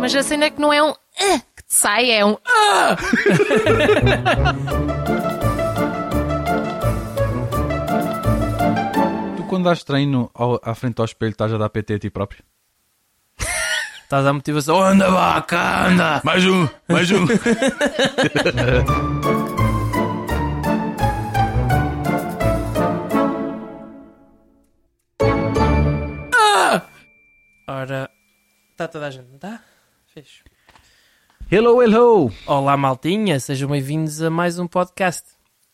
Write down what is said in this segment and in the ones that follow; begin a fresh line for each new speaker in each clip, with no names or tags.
Mas a cena é que não é um "ah" que te sai, é um
Tu quando dás treino ao- à frente ao espelho estás a dar PT a ti próprio?
Estás à motivação. Anda, vaca, anda!
Mais um, mais um.
Ora, está toda a gente, não tá? está? Fecho.
hello, hello.
Olá, maltinha, sejam bem-vindos a mais um podcast.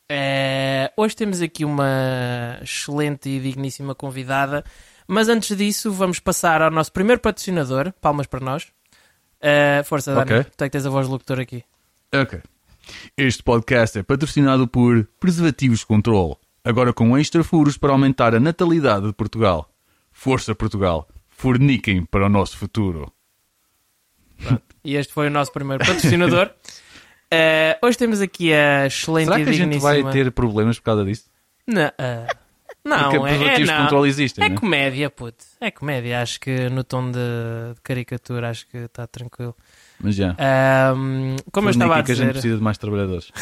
Eh, hoje temos aqui uma excelente e digníssima convidada, mas antes disso vamos passar ao nosso primeiro patrocinador. Palmas para nós. Eh, força, Dani,
Ok.
tu é que tens a voz de locutor aqui.
Ok. Este podcast é patrocinado por Preservativos Control. Agora com extra furos para aumentar a natalidade de Portugal. Força Portugal, forniquem para o nosso futuro.
E este foi o nosso primeiro patrocinador. Eh, hoje temos aqui a excelente
Será que
e
a gente
digníssima...
vai ter problemas por causa disso?
Não, ah, não
Porque
é, é
preservativos
não.
Control existem,
É
né?
comédia, puto. É comédia. Acho que no tom de, de caricatura, acho que está tranquilo.
Mas já.
Ahm, É como eu estava a
Forniquem que a gente
dizer.
precisa de mais trabalhadores.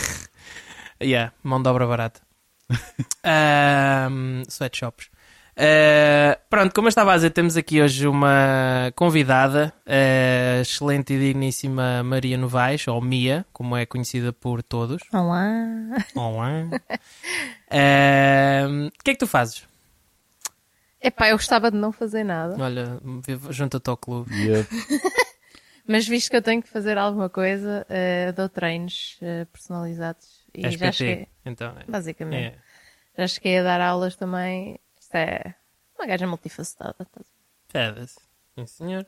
Yeah, mão de obra barata. Ahm, sweatshops. Ah, pronto, como eu estava a dizer, temos aqui hoje uma convidada, a excelente e digníssima Maria Novaes, ou Mia, como é conhecida por todos.
Olá.
Olá. Ahm, O que é que tu fazes?
Epá, eu gostava de não fazer nada.
Olha, viva- junta-te ao clube.
E, eh,
Mas visto que eu tenho que fazer alguma coisa, eh, dou treinos eh, personalizados. E
És
já
PT,
cheguei,
então. é.
basicamente.
É.
Já cheguei a dar aulas também. Isto é uma gaja multifacetada. tá? estás a
Foda-se. Sim, senhor.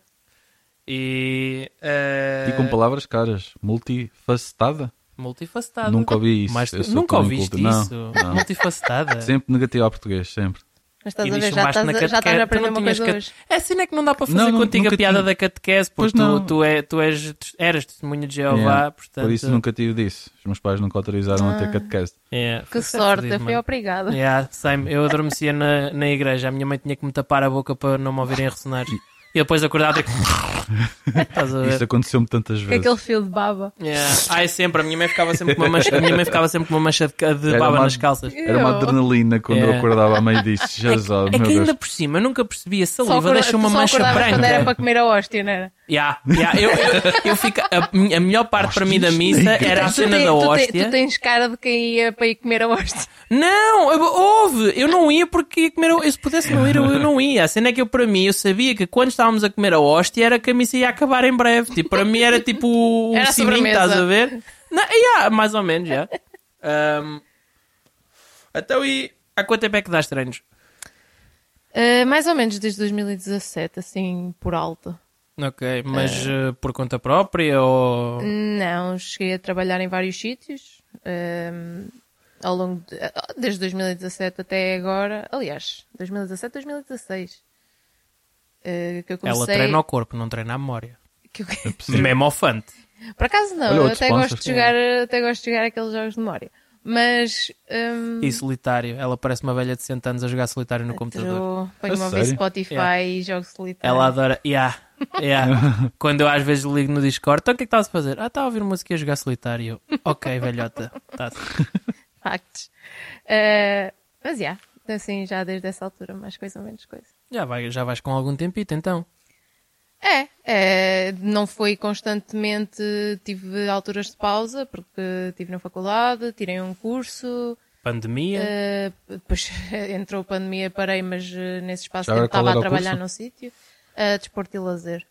E. eh,
e com palavras caras. Multifacetada?
Multifacetada.
Nunca ouvi isso.
Mais-
Eu sou
Ah, nunca
tão
ouviste
inculto. Não,
isso?
não.
Multifacetada.
Sempre negativo ao português, sempre.
ver. Mas estás
E
a ver,
nisso
já
basta
estás,
na
a- já estás
catequese.
a
Tu
aprender
não
uma
tinhas
coisa
cate-
hoje.
É assim é que não dá para fazer
Não, não-
contigo
nunca
a piada
tive.
da catequese,
Pois
porque tu,
não.
tu, é, tu és, tu eras testemunho de Jeová,
Yeah.
Então portanto.
Por isso nunca tive disso. Os meus pais nunca autorizaram
Ah.
a ter catequese.
Yeah,
Que
é, foi
sorte,
fodido,
eu fui
mano. É,
obrigada.
Yeah, same. Eu adormecia na, na igreja. A minha mãe tinha que me tapar a boca para não me ouvirem ressonar. E depois acordava e. Estás a ver?
Isso aconteceu-me tantas
Com aquele
vezes.
fio de baba.
Yeah. Ah, é sempre. A minha mãe ficava sempre com uma mancha, a minha mãe ficava sempre com uma mancha de, ca- de
Era
baba
uma-
nas calças.
Era uma adrenalina quando eu
Yeah.
acordava à meio disso. Jesus, oh,
é que
meu
ainda
Deus.
por cima, eu nunca percebi a
Só
saliva,
acorda-
Então, deixa uma
só
mancha
acordavas quando era para
branca.
comer a hóstia, não era?
Yeah, yeah. Eu, eu, eu fico, a, mi- a melhor parte para mim da missa era a
Tu,
cena
te-
da
tu te- tu
hóstia.
tens cara de quem ia para ir comer a hóstia.
Não, eu- houve, eu não ia porque ia comer a, eu, se pudesse não ir, eu, eu não ia. A cena é que eu para mim, eu sabia que quando estávamos a comer a hóstia era que a missa ia acabar em breve. Tipo, para mim era tipo o
Era a
sininho,
sobremesa.
estás a ver? Não, yeah, mais ou menos, já. Ahm, então e há quanto tempo é que dás treinos?
Uh, mais ou menos desde 2017, assim, por alto.
Ok, mas eh, por conta própria ou.
Não, cheguei a trabalhar em vários sítios. um, ao longo de, eh, desde 2017 até agora, aliás, 2017, 2016, uh, que eu comecei.
Ela treina o corpo, não treina a memória.
que eu-
Mesmo ao fante.
por acaso não,
Olha,
eu
outro
até
sponsor.
gosto, de jogar, até gosto de jogar aqueles jogos de memória. Mas. um,
E solitário. Ela parece uma velha de 60 anos a jogar solitário no computador.
eu
A
Ponho-me a ouvir
sério?
Spotify
Yeah.
e jogo solitário.
Ela adora. Yeah, yeah. Quando eu às vezes ligo no Discord, então o que é que estás a fazer? Ah, estava a ouvir música e a jogar solitário. Eu, Ok, velhota. Tá
Factos. Uh, mas, já, assim, já desde essa altura, mais coisa ou menos coisa.
já, vai, já vais com algum tempito então.
É, é, não foi constantemente, tive alturas de pausa, porque estive na faculdade, tirei um curso,
Pandemia.
eh, depois entrou a pandemia, parei, mas eh, nesse espaço
Já
de tempo
agora qual
estava a
era o
trabalhar
curso?
num sítio, eh, desporto e lazer.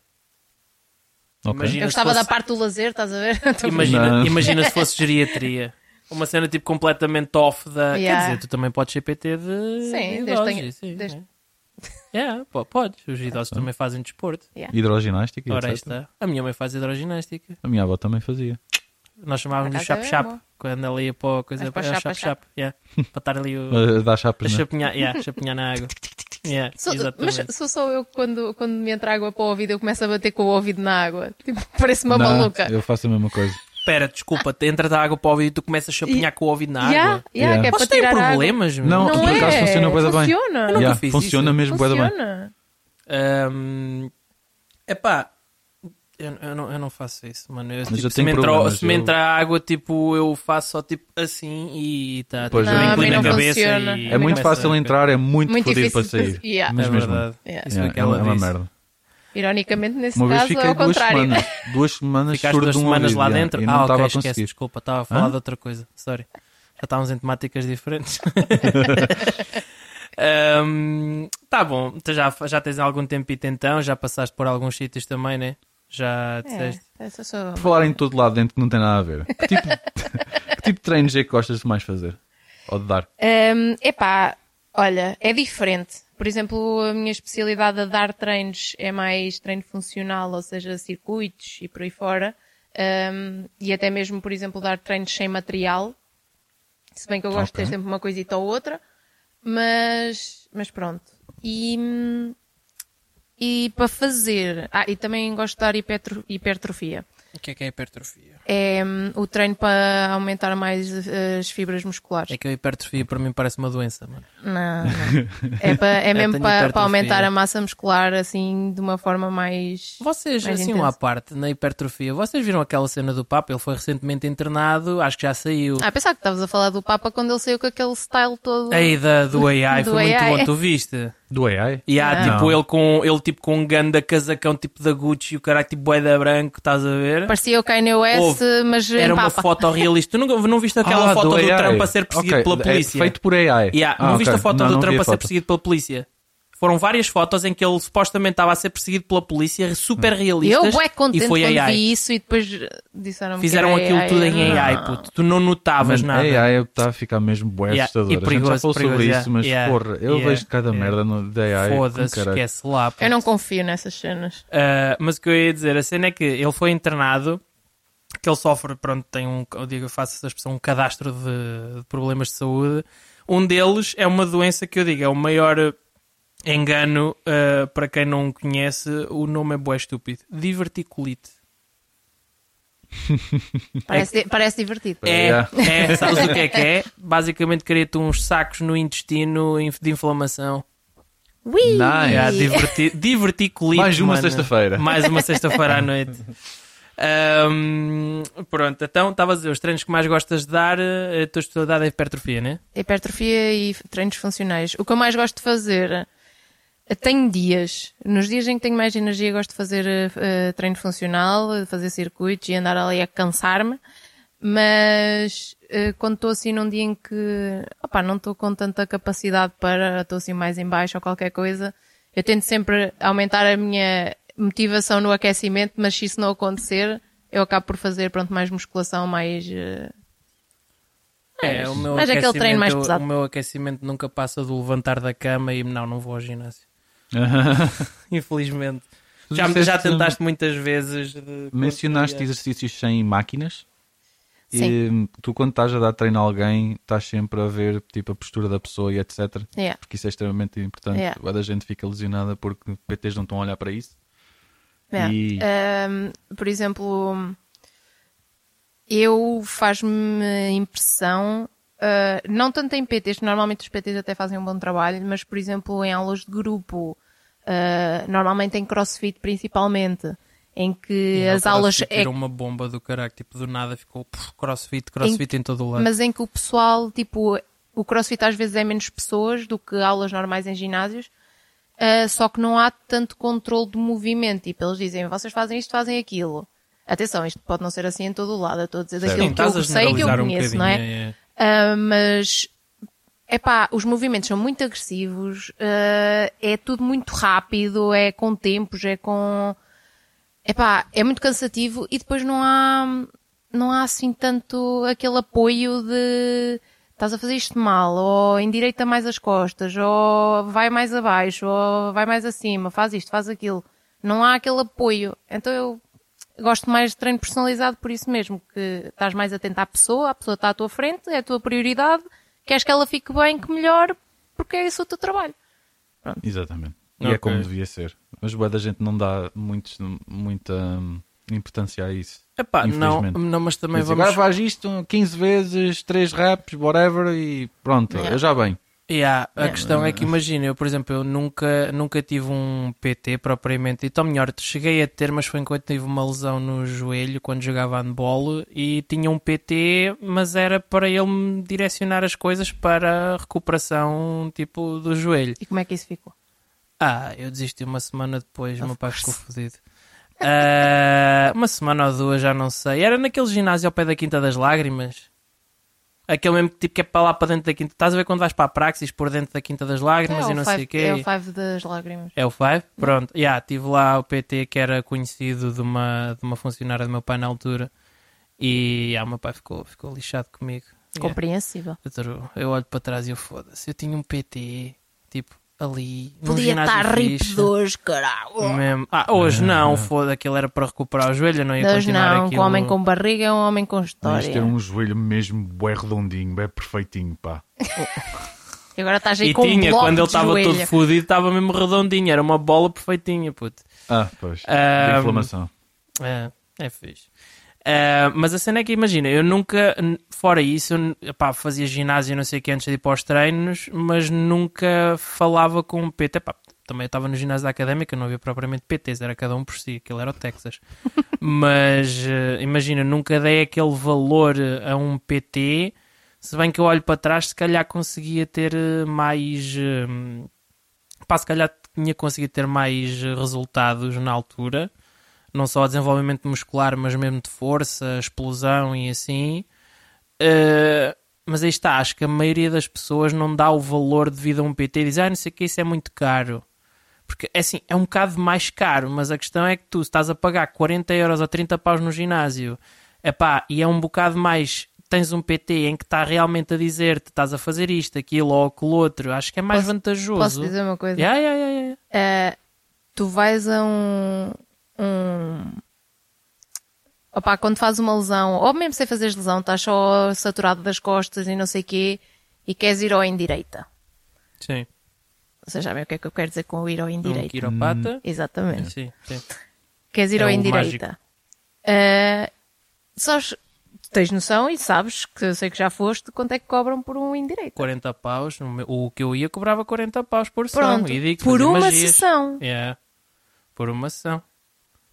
Ok.
Imagina-
Eu gostava
fosse-
da parte do lazer, estás a ver? Então,
imagina,
Não.
imagina se fosse geriatria. Uma cena tipo completamente off da.
Yeah.
Quer dizer, tu também podes ser PT de.
Sim, desde
idosos,
tenho-
sim,
desde-
né? Yeah, po- podes. Os idosos também fazem desporto.
Hidroginástica,
Ora aí
etc.
está. A minha mãe faz hidroginástica.
A minha avó também fazia.
Nós chamávamos de
Por acaso é
chap-chap.
bom.
Quando ela ia para a coisa.
Mas para
é o
chapa,
chap-chap. yeah. Para estar ali o.
Uh, dá
a
chapas, né?
chapinhar, yeah, chapinhar na água. Yeah,
Sou- mas
exatamente.
sou só eu que quando, quando me entra água para o ouvido, eu começo a bater com o ouvido na água. Tipo, parece uma
Não,
maluca.
Eu faço a mesma coisa.
Espera, desculpa, te entra da água para o ouvido e tu começas a chapinhar com o ouvido na água. um
Yeah, yeah,
Yeah.
que é para
Vocês têm
tirar a água.
problemas, meu?
Não,
Não
por
é.
acaso funciona bué da bem.
Funciona.
Eu nunca
Yeah,
fiz
funciona
isso.
mesmo bué da bem.
Funciona.
Ahm, epá, eu, eu não, eu não faço isso, mano. Eu, tipo,
eu
se
tenho
me, entra,
problemas,
se me
eu-
entra água, tipo, eu faço só tipo assim e está.
Pois,
tipo,
Não, a mim
inclino
não
funciona.
É muito
começo a-
fácil entrar, é muito,
Muito
fodido para
difícil.
sair.
Yeah.
Mas
É
mesmo.
verdade.
Yeah.
Isso
Yeah,
foi o que
é uma-
ela
é uma
disse.
merda.
Ironicamente, nesse
Uma vez
caso é
fiquei
ao
duas
contrário.
semanas. Duas semanas
Ficaste
surdo
duas
de um
semanas
ouvido,
lá
yeah,
dentro.
E
Ah,
não estava
ok,
a
esquece,
conseguir.
desculpa, estava a falar
Hã?
de outra coisa. Sorry. Já estávamos em temáticas diferentes. Hum, tá bom, tu já, já tens algum tempito então, já passaste por alguns sítios também, né? Já
É,
disseste.
essa só.
Por falar em todo lado dentro que não tem nada a ver. Que tipo, que tipo de treinos é que gostas de mais fazer? Ou de dar?
Hum, epá, olha, é diferente. Por exemplo, a minha especialidade a dar treinos é mais treino funcional, ou seja, circuitos e por aí fora. Hum, e até mesmo, por exemplo, dar treinos sem material. Se bem que eu gosto
Ok.
de ter sempre uma coisita ou outra. Mas, mas pronto. E, hum, e para fazer. Ah, e também gosto de dar hipertro- hipertrofia
O que é que é hipertrofia?
é hum, o treino para aumentar mais eh, as fibras musculares.
É que a hipertrofia para mim parece uma doença, mano.
Não, não. É, pa- é mesmo
tenho
para
hipertrofia.
aumentar a massa muscular assim de uma forma mais.
Vocês,
Mais
assim,
intenso.
uma à parte, na hipertrofia, vocês viram aquela cena do Papa? Ele foi recentemente internado, acho que já saiu.
Ah, pensava que estavas a falar do Papa quando ele saiu com aquele style todo.
Aí da, do AI,
Do
foi
AI.
muito bom, tu viste?
Do AI?
E há
Não.
tipo ele com ele tipo com um ganda casacão tipo da Gucci e o caralho tipo boeda branco, estás a ver?
Parecia o Kanye West,
Houve.
mas em
Era uma
Papa.
foto realista. Tu nunca, não viste aquela
Ah,
foto do,
AI.
Trump a ser perseguido
Ok,
pela
é
polícia?
feito por AI.
Yeah,
Ah,
não viste
ok.
a foto
Não,
do
não vi
Trump a ser
foto.
perseguido pela polícia? Foram várias fotos em que ele supostamente estava a ser perseguido pela polícia, super realistas.
Eu, bué, contente
e foi
quando
AI.
vi isso e depois eh, disseram
Fizeram
que era Ah,
aquilo
AI.
tudo em
Não.
AI, puto. Tu não notavas
Mano,
nada.
AI está a ficar mesmo bué
Yeah,
assustadora.
e
a gente já
perigoso,
falou sobre
perigoso,
isso,
yeah,
mas
yeah,
porra, eu
yeah,
vejo cada
yeah.
merda no, da AI.
Foda-se,
com caralho.
esquece lá. puto.
Eu não confio nessas cenas.
Uh, mas o que eu ia dizer, a cena é que ele foi internado, que ele sofre, pronto, tem um, eu digo, eu faço essa expressão, um cadastro de, de problemas de saúde. Um deles é uma doença que eu digo, é o maior uh, engano uh, para quem não conhece, o nome é bué estúpido. Diverticulite.
Parece, parece divertido.
É,
Yeah.
é, sabes o que é que é? Basicamente cria-te uns sacos no intestino inf- de inflamação.
Ui!
Nice.
é.
Yeah, diverti diverticulite.
Mais uma
mano.
sexta-feira.
Mais uma sexta-feira à noite. Ahm, pronto, então estavas a dizer, os treinos que mais gostas de dar, eh, a tua especialidade é hipertrofia, né?
Hipertrofia e f- treinos funcionais. O que eu mais gosto de fazer, eh, tenho dias. Nos dias em que tenho mais energia, gosto de fazer eh, eh, treino funcional, eh, fazer circuitos e andar ali a cansar-me. Mas eh, quando estou assim num dia em que opá, não estou com tanta capacidade para, estou assim mais em baixo ou qualquer coisa, eu tento sempre aumentar a minha motivação no aquecimento, mas se isso não acontecer, eu acabo por fazer pronto, mais musculação, mais. eh,
É, o meu
mas aquele
aquecimento-
treino mais pesado.
O meu aquecimento nunca passa do levantar da cama e não, não vou ao ginásio. Infelizmente.
Tu
Já,
disseste-
já tentaste muitas vezes. de-
Mencionaste
Yeah.
exercícios sem máquinas.
Sim.
E tu, quando estás a dar treino a alguém, estás sempre a ver tipo, a postura da pessoa e etc.
yeah.
Porque isso é extremamente importante.
Yeah.
Bué da gente fica lesionada porque PTs não estão a olhar para isso.
É.
E-
Ahm, por exemplo, eu faz-me impressão, ah, não tanto em PTs, que normalmente os PTs até fazem um bom trabalho, mas por exemplo em aulas de grupo, ah, normalmente em crossfit principalmente, em que
E
as
o
aulas
crossfit
é
Era uma bomba do caralho, tipo, do nada ficou puf, crossfit, crossfit em, todo o lado.
mas em que o pessoal, tipo, o crossfit às vezes é menos pessoas do que aulas normais em ginásios, ah, só que não há tanto controle de movimento. Tipo, eles dizem, vocês fazem isto, fazem aquilo. Atenção, isto pode não ser assim em todo o lado. Eu estou a dizer
Certo.
daquilo
Sim,
que eu
estás a
sei e que eu
generalizar um
conheço, não é?
bocadinho, é, é.
Ah, mas, epá, os movimentos são muito agressivos, ah, é tudo muito rápido, é com tempos, é com... Epá, é muito cansativo e depois não há, não há assim tanto aquele apoio de estás a fazer isto mal, ou endireita mais as costas, ou vai mais abaixo, ou vai mais acima, faz isto, faz aquilo. Não há aquele apoio. Então eu gosto mais de treino personalizado por isso mesmo, que estás mais atento à pessoa, a pessoa está à tua frente, é a tua prioridade, queres que ela fique bem, que melhor, porque é isso o teu trabalho.
Exatamente. E é
Ok.
como devia ser. Mas boa da gente não dá muitos- muita hum, importância a isso.
Epá, não,
Infelizmente.
não, mas também
Mas
vamos.
Agora faz isto 15 vezes, 3 raps, whatever, e pronto,
Yeah.
eu já bem.
Yeah, a
Yeah.
questão é que imagina, eu por exemplo, eu nunca, nunca tive um PT propriamente dito, ou melhor, cheguei a ter, mas foi enquanto tive uma lesão no joelho quando jogava handball e tinha um PT, mas era para ele me direcionar as coisas para a recuperação tipo do joelho.
E como é que isso ficou?
Ah, eu desisti uma semana depois, meu pai ficou fodido. Ah, uma semana ou duas, já não sei. Era naquele ginásio ao pé da Quinta das Lágrimas. Aquele mesmo que, tipo que é para lá para dentro da Quinta. Estás a ver quando vais para a Praxis por dentro da Quinta das Lágrimas e não sei o quê?
É o Five das Lágrimas.
É o Five? Pronto. Yeah, tive lá o PT que era conhecido de uma, de uma funcionária do meu pai na altura. E yeah, o meu pai ficou, ficou lixado comigo. Yeah.
Compreensível.
Doutor, eu olho para trás e eu foda-se. Eu tinha um PT, tipo, ali. num
Podia
ginásio
estar rip
fixe.
de hoje, caralho.
Mesmo. Ah, hoje não, foda, aquilo era para recuperar o joelho, eu não ia
Deus
continuar
não, que
aquilo.
homem com barriga é um homem com
Tens de ter
história.
um joelho mesmo bem redondinho, bem perfeitinho, pá.
E agora estás aí
E
com
tinha,
um bloco
quando ele
de
estava
joelho.
todo fodido, estava mesmo redondinho, era uma bola perfeitinha, puto.
Ah, pois.
Ah,
De inflamação.
É, é fixe. Ah, mas a cena é que imagina, eu nunca, n- fora isso, eu, n- epá, fazia ginásio e não sei o que antes de ir para os treinos, mas nunca falava com um PT. Epá, também eu estava no ginásio da académica, não havia propriamente PTs, era cada um por si, aquilo era o Texas. mas eh, imagina, nunca dei aquele valor eh, a um PT, se bem que eu olho para trás, se calhar conseguia ter eh, mais. eh, pá, se calhar tinha conseguido ter mais eh, resultados na altura, não só a desenvolvimento muscular, mas mesmo de força, explosão e assim. Eh, mas aí está, acho que a maioria das pessoas não dá o valor devido a um PT e diz, ah, não sei o que, isso é muito caro. Porque, é assim, é um bocado mais caro, mas a questão é que tu se estás a pagar 40 euros ou 30 paus no ginásio, epá, e é um bocado mais... Tens um PT em que está realmente a dizer-te estás a fazer isto, aquilo ou aquilo outro, acho que é mais
Posso-
vantajoso.
Posso dizer uma coisa?
Yeah, yeah, yeah, yeah.
Uh, tu vais a um. um... Opá, quando fazes uma lesão, ou mesmo sem fazeres lesão, estás só saturado das costas e não sei o quê, e queres ir ao indireita.
Sim.
Vocês sabem o que é que eu quero dizer com ir ao
Um
indireita?
quiropata.
Hum. Exatamente.
Sim, sim.
Queres ir
É
ao
o
indireita. Ah, sabes, tu tens noção e sabes, que eu sei que já foste, quanto é que cobram por um indireita.
40 paus. no meu- O que eu ia cobrava 40 paus por sessão.
Pronto,
E digo,
por
fazia
uma
magias.
sessão.
Yeah. Por uma sessão.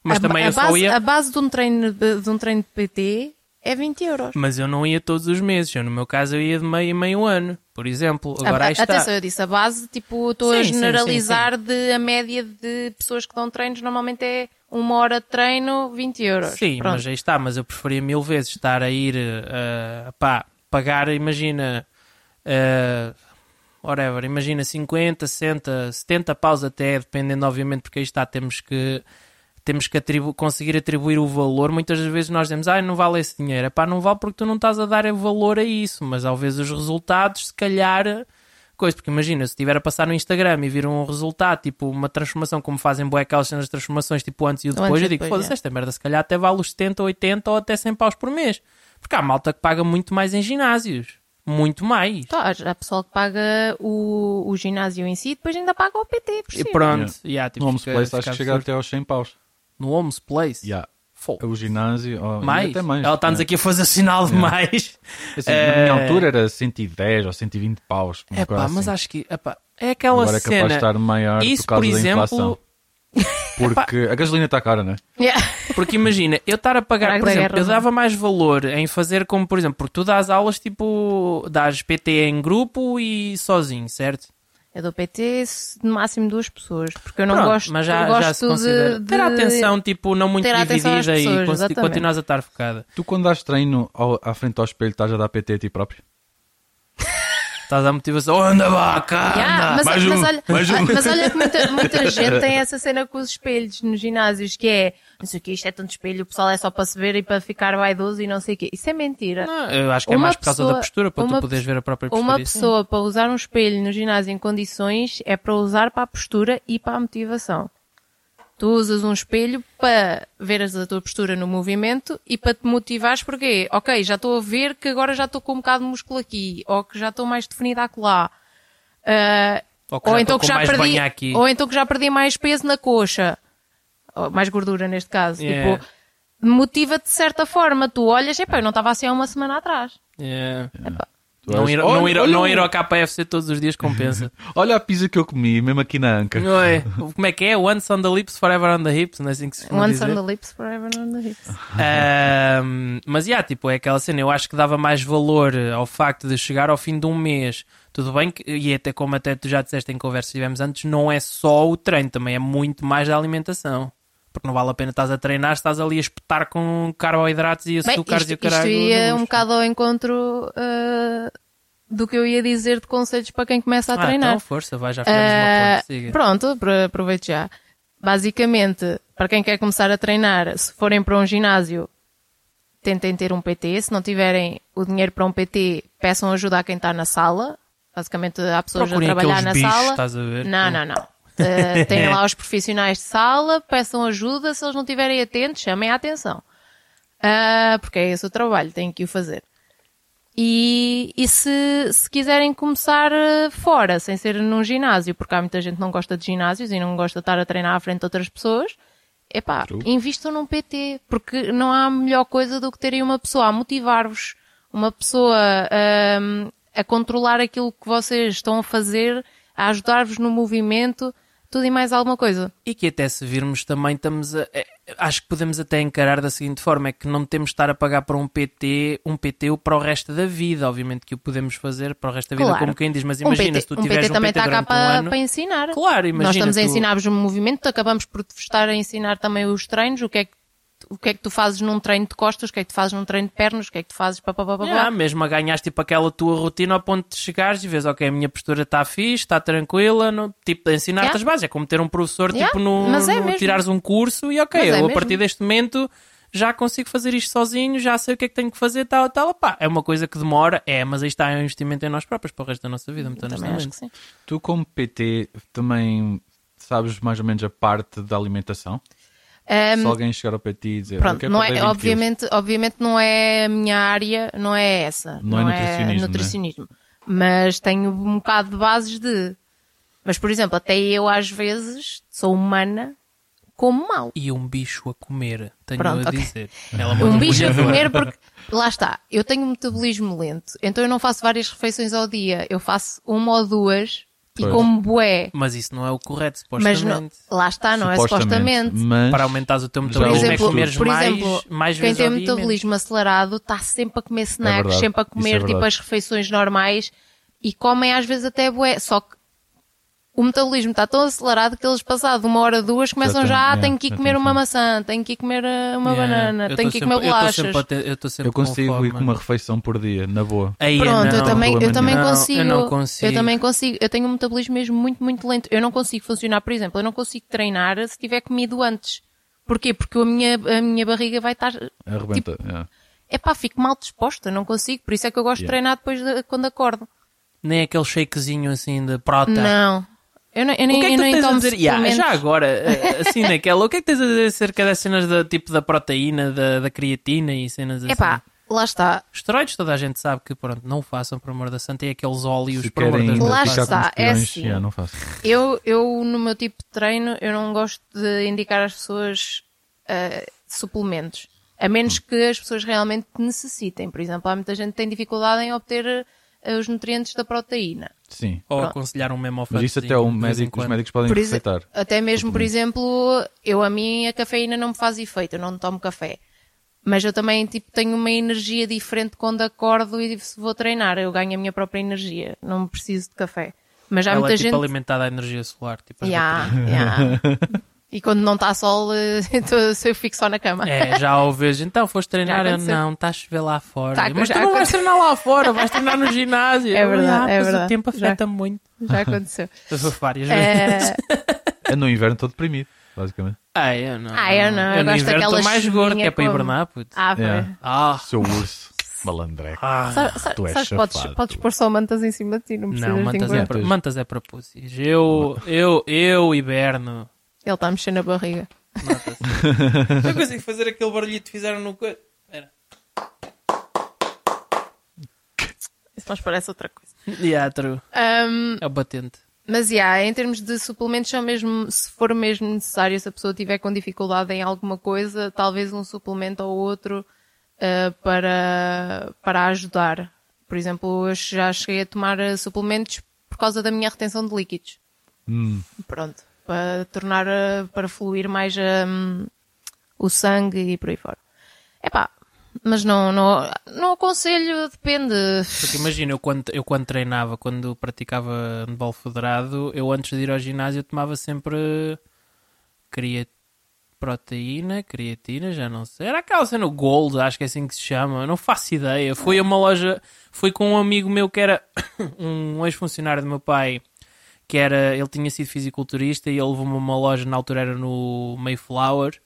Mas
a, ba-
também
a
eu
base,
só ia.
a base de um treino de, de um treino de PT é 20 euros.
Mas eu não ia todos os meses. Eu, no meu caso, eu ia de meio em meio ano, por exemplo. Agora
A-
aí está.
Atenção, eu disse a base, tipo, estou a
Sim, sim,
generalizar de a média de pessoas que dão treinos, normalmente é uma hora de treino, 20 euros.
Sim,
Pronto.
mas é- aí está, mas eu preferia mil vezes estar a ir eh, pá, pagar, imagina, eh, whatever, imagina 50, 60, 70 paus até, dependendo, obviamente, porque aí está, temos que temos que atribu conseguir atribuir o valor. Muitas das vezes nós dizemos, ah, não vale esse dinheiro. Epá, não vale porque tu não estás a dar é valor a isso, mas talvez os resultados, se calhar, coisa, porque imagina, se estiver a passar no Instagram e vir um resultado, tipo uma transformação, como fazem blackout cenas de transformações, tipo antes e o
antes
depois,
e
eu digo,
depois,
foda-se,
é.
esta merda, se calhar até vale os 70, 80 ou até 100 paus por mês. Porque há malta que paga muito mais em ginásios. Muito mais.
Então, há há pessoal que paga o, o ginásio em si e depois ainda paga o PT, por
E
cima.
pronto,
Yeah.
yeah, tipo,
No Homes
fica-
Place
fica
acho que chega
absurdo.
até aos 100 paus.
No Homes Place.
Yeah.
Fo-
O ginásio, oh,
Mais?
até mais.
Ela tá está-nos
É.
aqui a fazer sinal de mais.
Assim, Na minha altura era 110 ou 120 paus. uma
É
coisa
pá, Eh, mas
assim.
acho que. epá, é aquela
Agora é capaz
cena.
de estar maior
Isso,
por causa
por
da
exemplo,
inflação. Porque a gasolina está cara, não é?
Yeah.
Porque imagina, eu estar a pagar,
Caraca,
por
da
exemplo,
guerra,
eu
não é?
dava mais valor em fazer como, por exemplo, porque tu dás aulas tipo, dás PT em grupo e sozinho, certo?
Eu dou PT se- no máximo duas pessoas, porque eu não
Pronto,
gosto,
mas já,
eu gosto
já se considera.
de, de...
Ter a atenção, tipo, não muito
ter a atenção às
dividida e
pessoas,
consi-
exatamente.
continuas a estar focada.
Tu quando dás treino ao- à frente ao espelho estás a dar PT a ti próprio?
Estás à motivação, "Oh, anda vaca!
Yeah, Ah, mas,
mais
mas
um,
olha,
mais um.
mas olha que muita, muita gente tem essa cena com os espelhos nos ginásios, que é, não sei o que, isto é tanto espelho, o pessoal é só para se ver e para ficar vaidoso e não sei o quê. Isso é mentira.
Não, eu acho que é
Uma
mais por causa da
pessoa-
postura, para tu
uma
poderes ver a própria postura.
Uma
e assim.
pessoa para usar um espelho no ginásio em condições é para usar para a postura e para a motivação. Tu usas um espelho para veres a tua postura no movimento e para te motivares porque, ok, já estou a ver que agora já estou com um bocado de músculo aqui, ou que já estou mais definida acolá. Ah,
Ou que já estou com mais
perdi,
banha aqui.
ou então que já perdi mais peso na coxa. Ou mais gordura neste caso.
Yeah.
Tipo, motiva-te de certa forma. Tu olhas, epá, eu não estava assim há uma semana atrás.
Yeah.
Epá,
Tu
Não
és-
ir,
olha,
não, ir,
olha
um-
não
o-
ir ao KFC todos os dias compensa.
Olha a pizza que eu comi, mesmo aqui na anca.
Não é? Como é que é? Once on the lips, forever on the hips. Não é assim que se chama
once
dizer? Ah,
on the lips, forever on the hips.
Ahm, mas, yeah, tipo, é aquela cena. Eu acho que dava mais valor eh, ao facto de chegar ao fim de um mês. Tudo bem que, e até como até tu já disseste em conversa que tivemos antes, não é só o treino, também é muito mais da alimentação. Porque não vale a pena estás a treinar, se estás ali a espetar com carboidratos e
Bem, isto,
açúcares e o
isto
caralho.
ia
do
um
luxo.
bocado ao encontro ah, do que eu ia dizer de conselhos para quem começa a
Ah,
treinar.
então, força, vai, já fizemos uma
Ah,
ponte, siga.
pronto, apro- aproveito já. Basicamente, para quem quer começar a treinar, se forem para um ginásio, tentem ter um PT. Se não tiverem o dinheiro para um PT, peçam ajuda a quem está na sala. Basicamente, há pessoas
Procurem
a trabalhar
aqueles
na
bichos,
sala.
estás a ver?
Não, não, não. Uh, têm lá os profissionais de sala, peçam ajuda. Se eles não estiverem atentos, chamem a atenção. Uh, porque é esse o trabalho, têm que o fazer. E, e se, se quiserem começar uh, fora, sem ser num ginásio, porque há muita gente que não gosta de ginásios e não gosta de estar a treinar à frente de outras pessoas, epá, invistam num PT, porque não há melhor coisa do que terem uma pessoa a motivar-vos, uma pessoa ahm, a controlar aquilo que vocês estão a fazer, a ajudar-vos no movimento, tudo e mais alguma coisa.
E que até se virmos também estamos a, é, acho que podemos até encarar da seguinte forma, é que não temos de estar a pagar para um PT, um PT para o resto da vida, obviamente que o podemos fazer para o resto da vida,
Claro.
como quem diz, mas
um
imagina
PT,
se tu
um
tiveres
PT
um
também
PT
está cá
durante um
para,
ano,
para ensinar.
Claro, imagina
Nós estamos a
tu-
ensinar-vos o movimento, acabamos por te estar a ensinar também os treinos, o que é que o que é que tu fazes num treino de costas, o que é que tu fazes num treino de pernas, o que é que tu fazes pá, pá, pá, pá, pá.
Ah, mesmo a ganhares tipo aquela tua rotina ao ponto de chegares e vês, ok, a minha postura está fixe, está tranquila, não- tipo, ensinar-te
Yeah.
as bases, é como ter um professor,
Yeah,
tipo, no,
mas é
no-
mesmo.
tirares um curso e ok,
Mas é
eu a
mesmo.
partir deste momento já consigo fazer isto sozinho, já sei o que é que tenho que fazer, tal, tal, pá, é uma coisa que demora, é, mas aí está é um investimento em nós próprios para o resto da nossa vida, muito
Também acho que
honestamente.
sim.
Tu, como PT, também sabes mais ou menos a parte da alimentação? Se alguém chegar ao PT e dizer,
Pronto,
"Eu quero
não é,
perder 20 quilos",
obviamente, obviamente não é a minha área, não é essa.
Não é nutricionismo, né?
nutricionismo. Mas tenho um bocado de bases de. Mas, por exemplo, até eu às vezes sou humana, como mal.
E um bicho a comer, tenho
Pronto,
a
ok.
dizer. Ela é uma
Uhum.
Um bicho a comer
mergulhadora.
porque. Lá está, eu tenho um metabolismo lento, então eu não faço várias refeições ao dia, eu faço uma ou duas
Pois.
e como bué.
Mas isso não é o correto,
Mas não,
supostamente.
lá está, não é supostamente.
Mas
Para aumentares o teu
Já
metabolismo é
ouvi-
comeres
por
mais,
exemplo,
mais
quem
vezes
tem
ao dia e menos.
metabolismo acelerado está sempre a comer snacks,
verdade,
sempre a
isso é
comer tipo
verdade.
as refeições normais e comem às vezes até bué. Só que o metabolismo está tão acelerado que eles passado uma hora, duas, começam
tem-
já, ah,
é,
tenho que ir
já
comer
tem
uma
fome."
maçã, tenho que ir comer ah, uma
Yeah.
banana,
Eu
tenho
tô
que ir
sempre-
comer
Eu
bolachas.
estou sempre, a ter- eu tô sempre
eu consigo
com
ir com uma refeição por dia, na boa.
Aí,
Pronto, eu
não.
também, eu
problema
também
nenhum. Não, eu
consigo,
não consigo.
Eu também consigo. Eu tenho um metabolismo mesmo muito, muito lento. Eu não consigo funcionar, por exemplo, eu não consigo treinar se tiver comido antes. Porquê? Porque a minha, a minha barriga vai estar
Arrebenta. é.
é pá, fico mal disposta, não consigo, por isso é que eu gosto
Yeah.
de treinar depois de- quando acordo.
Nem aquele shakezinho assim de prota.
Não. Eu, não, eu nem,
O que é que
eu
tu
nem
tens a
tomo
dizer? Ya,
suplementos.
já agora, eh, assim naquela, o que é que tens a dizer acerca das cenas da, tipo, da proteína, da, da creatina e cenas assim?
Epá, lá está.
Esteroides toda a gente sabe que, pronto, não o façam, por amor da santa, e aqueles óleos,
Se
por amor
querem
das
Lá
ficar
mãos.
está.
com os
é
peões,
assim.
yeah, não faço.
Eu, eu, no meu tipo de treino, eu não gosto de indicar às pessoas ah, suplementos. A menos que as pessoas realmente necessitem. Por exemplo, há muita gente que tem dificuldade em obter ah, os nutrientes da proteína.
Sim.
Ou
Pronto.
aconselhar um
Mas
memofato.
isso até o médico, os médicos podem
Por é exe-
receitar.
Até mesmo, por exemplo, eu a mim a cafeína não me faz efeito, eu não tomo café. Mas eu também tipo, tenho uma energia diferente quando acordo e se vou treinar, eu ganho a minha própria energia, não preciso de café. Mas há
Ela
muita
é, tipo,
gente.
alimentada à energia solar. Tipo, as
Ya, ya. E quando não está sol, eh, tô- eu fico só na cama.
É, já ouves, então foste treinar,
Já
eu
aconteceu.
não, está a chover lá fora.
Tá,
mas tu
já
não vais
aconteceu.
treinar lá fora, vais treinar no ginásio.
É verdade,
Ah,
é
pois O
verdade.
tempo
Já.
afeta muito.
Já aconteceu.
Várias vezes.
Eh,
É no inverno estou deprimido, basicamente.
Ah, eu não.
Ah, eu não, eu
no
gosto
inverno
daquela
tô mais gordo, que
chuvinha
é para
com-
hibernar, puto.
ah, foi.
Yeah.
Ah,
Seu urso, malandreco.
ah.
Sabe- sabe-
Tu és
sabes que podes,
chafado,
podes
tu.
pôr só mantas em cima de ti, não precisas
Não,
de
mantas é,
engordar.
para, mantas é para pussies. Eu, eu, eu hiberno.
Ele está a mexer na barriga.
Eu consigo fazer aquele barulho que fizeram no...
Isso mais parece outra coisa.
Yeah, true.
Ahm,
É o batente.
Mas, yeah, em termos de suplementos, são mesmo, se for mesmo necessário, se a pessoa tiver com dificuldade em alguma coisa, talvez um suplemento ou outro ah, para, para ajudar. Por exemplo, eu já cheguei a tomar ah, suplementos por causa da minha retenção de líquidos. Pronto. Para tornar, ah, para fluir mais ah, o sangue e por aí fora. Epá, mas não, não, não aconselho, depende.
Porque imagina, eu quando, eu quando treinava, quando praticava handball federado, eu antes de ir ao ginásio tomava sempre cria... proteína, creatina, já não sei. Era aquela cena o Gold, acho que é assim que se chama, não faço ideia. Fui a uma loja, fui com um amigo meu que era um ex-funcionário do meu pai, que era, ele tinha sido fisiculturista e ele levou-me a uma loja, na altura era no Mayflower,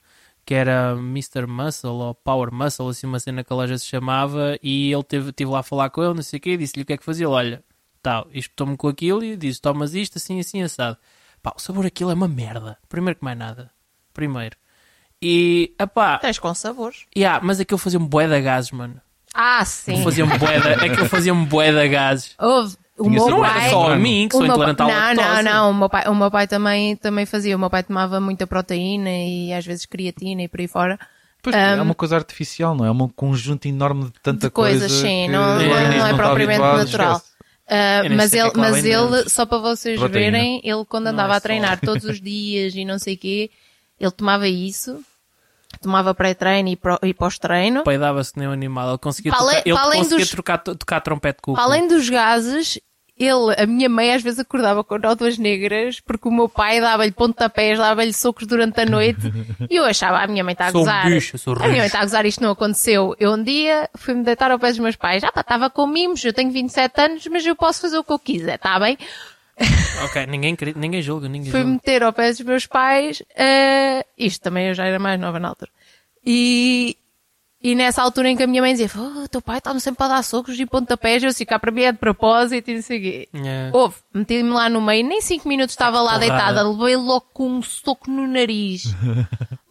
que era Mr. Muscle ou Power Muscle, assim uma cena que a loja se chamava, e ele teve, tive lá a falar com ele, não sei o quê, disse-lhe o que é que fazia, ele, olha, tal, espetou-me com aquilo e disse, tomas isto, assim, assim, assado. Pá, o sabor aquilo é uma merda, primeiro que mais nada, primeiro. E, apá,
Tens com sabores.
yeah, mas aquilo fazia-me bué de gases, mano.
Ah, sim.
Fazia-me bué de, aquilo fazia-me bué de gases.
Houve. O
Tinha
meu
sido
Não
pai,
era só a mim, que
o
sou
meu pai-
intolerante à
não, não,
lactose.
não. O meu pai, o meu pai também, também fazia. O meu pai tomava muita proteína e às vezes creatina e por aí fora.
Pois, é uma coisa artificial, não é? É um conjunto enorme de tanta
Um, De coisas,
coisa
sim.
que
Não,
o
não-
organismo
não é
está
propriamente
habituado,
natural.
esquece.
Ah,
Eu nem
mas
sei o
ele,
que é que lá
mas
vem
ele
dentro.
só para vocês
Proteína.
verem, ele quando
Não
andava
é
a treinar
só.
todos os dias e não sei o quê, ele tomava isso, tomava pré-treino e pró- e pós-treino.
Peidava-se que nem um animal, ele conseguia,
Para
tocar,
além-
ele
para além
conseguia
dos-
trocar- tocar trompete com o
Para
cu.
Além dos gases, ele, a minha mãe às vezes acordava com nódoas negras porque o meu pai dava-lhe pontapés, dava-lhe socos durante a noite e eu achava, "Ah, a minha mãe está a
Sou um
gozar.
bicho, sou
a minha
rijo.
mãe está a gozar, isto não aconteceu. Eu um dia fui-me deitar ao pé dos meus pais. Ah pá, estava com mimos, eu tenho 27 anos, mas eu posso fazer o que eu quiser, está bem?
Ok, ninguém, cri- ninguém julga, ninguém
fui
julga.
meter ao pé dos meus pais. eh, isto também eu já era mais nova na altura. E, e nessa altura em que a minha mãe dizia: "Oh, teu pai está-me sempre a dar socos e pontapés, eu sei cá para mim é de propósito e não sei o quê.
É.
Houve, meti-me lá no meio, nem cinco minutos estava lá
porrada.
deitada, levei logo com um soco no nariz.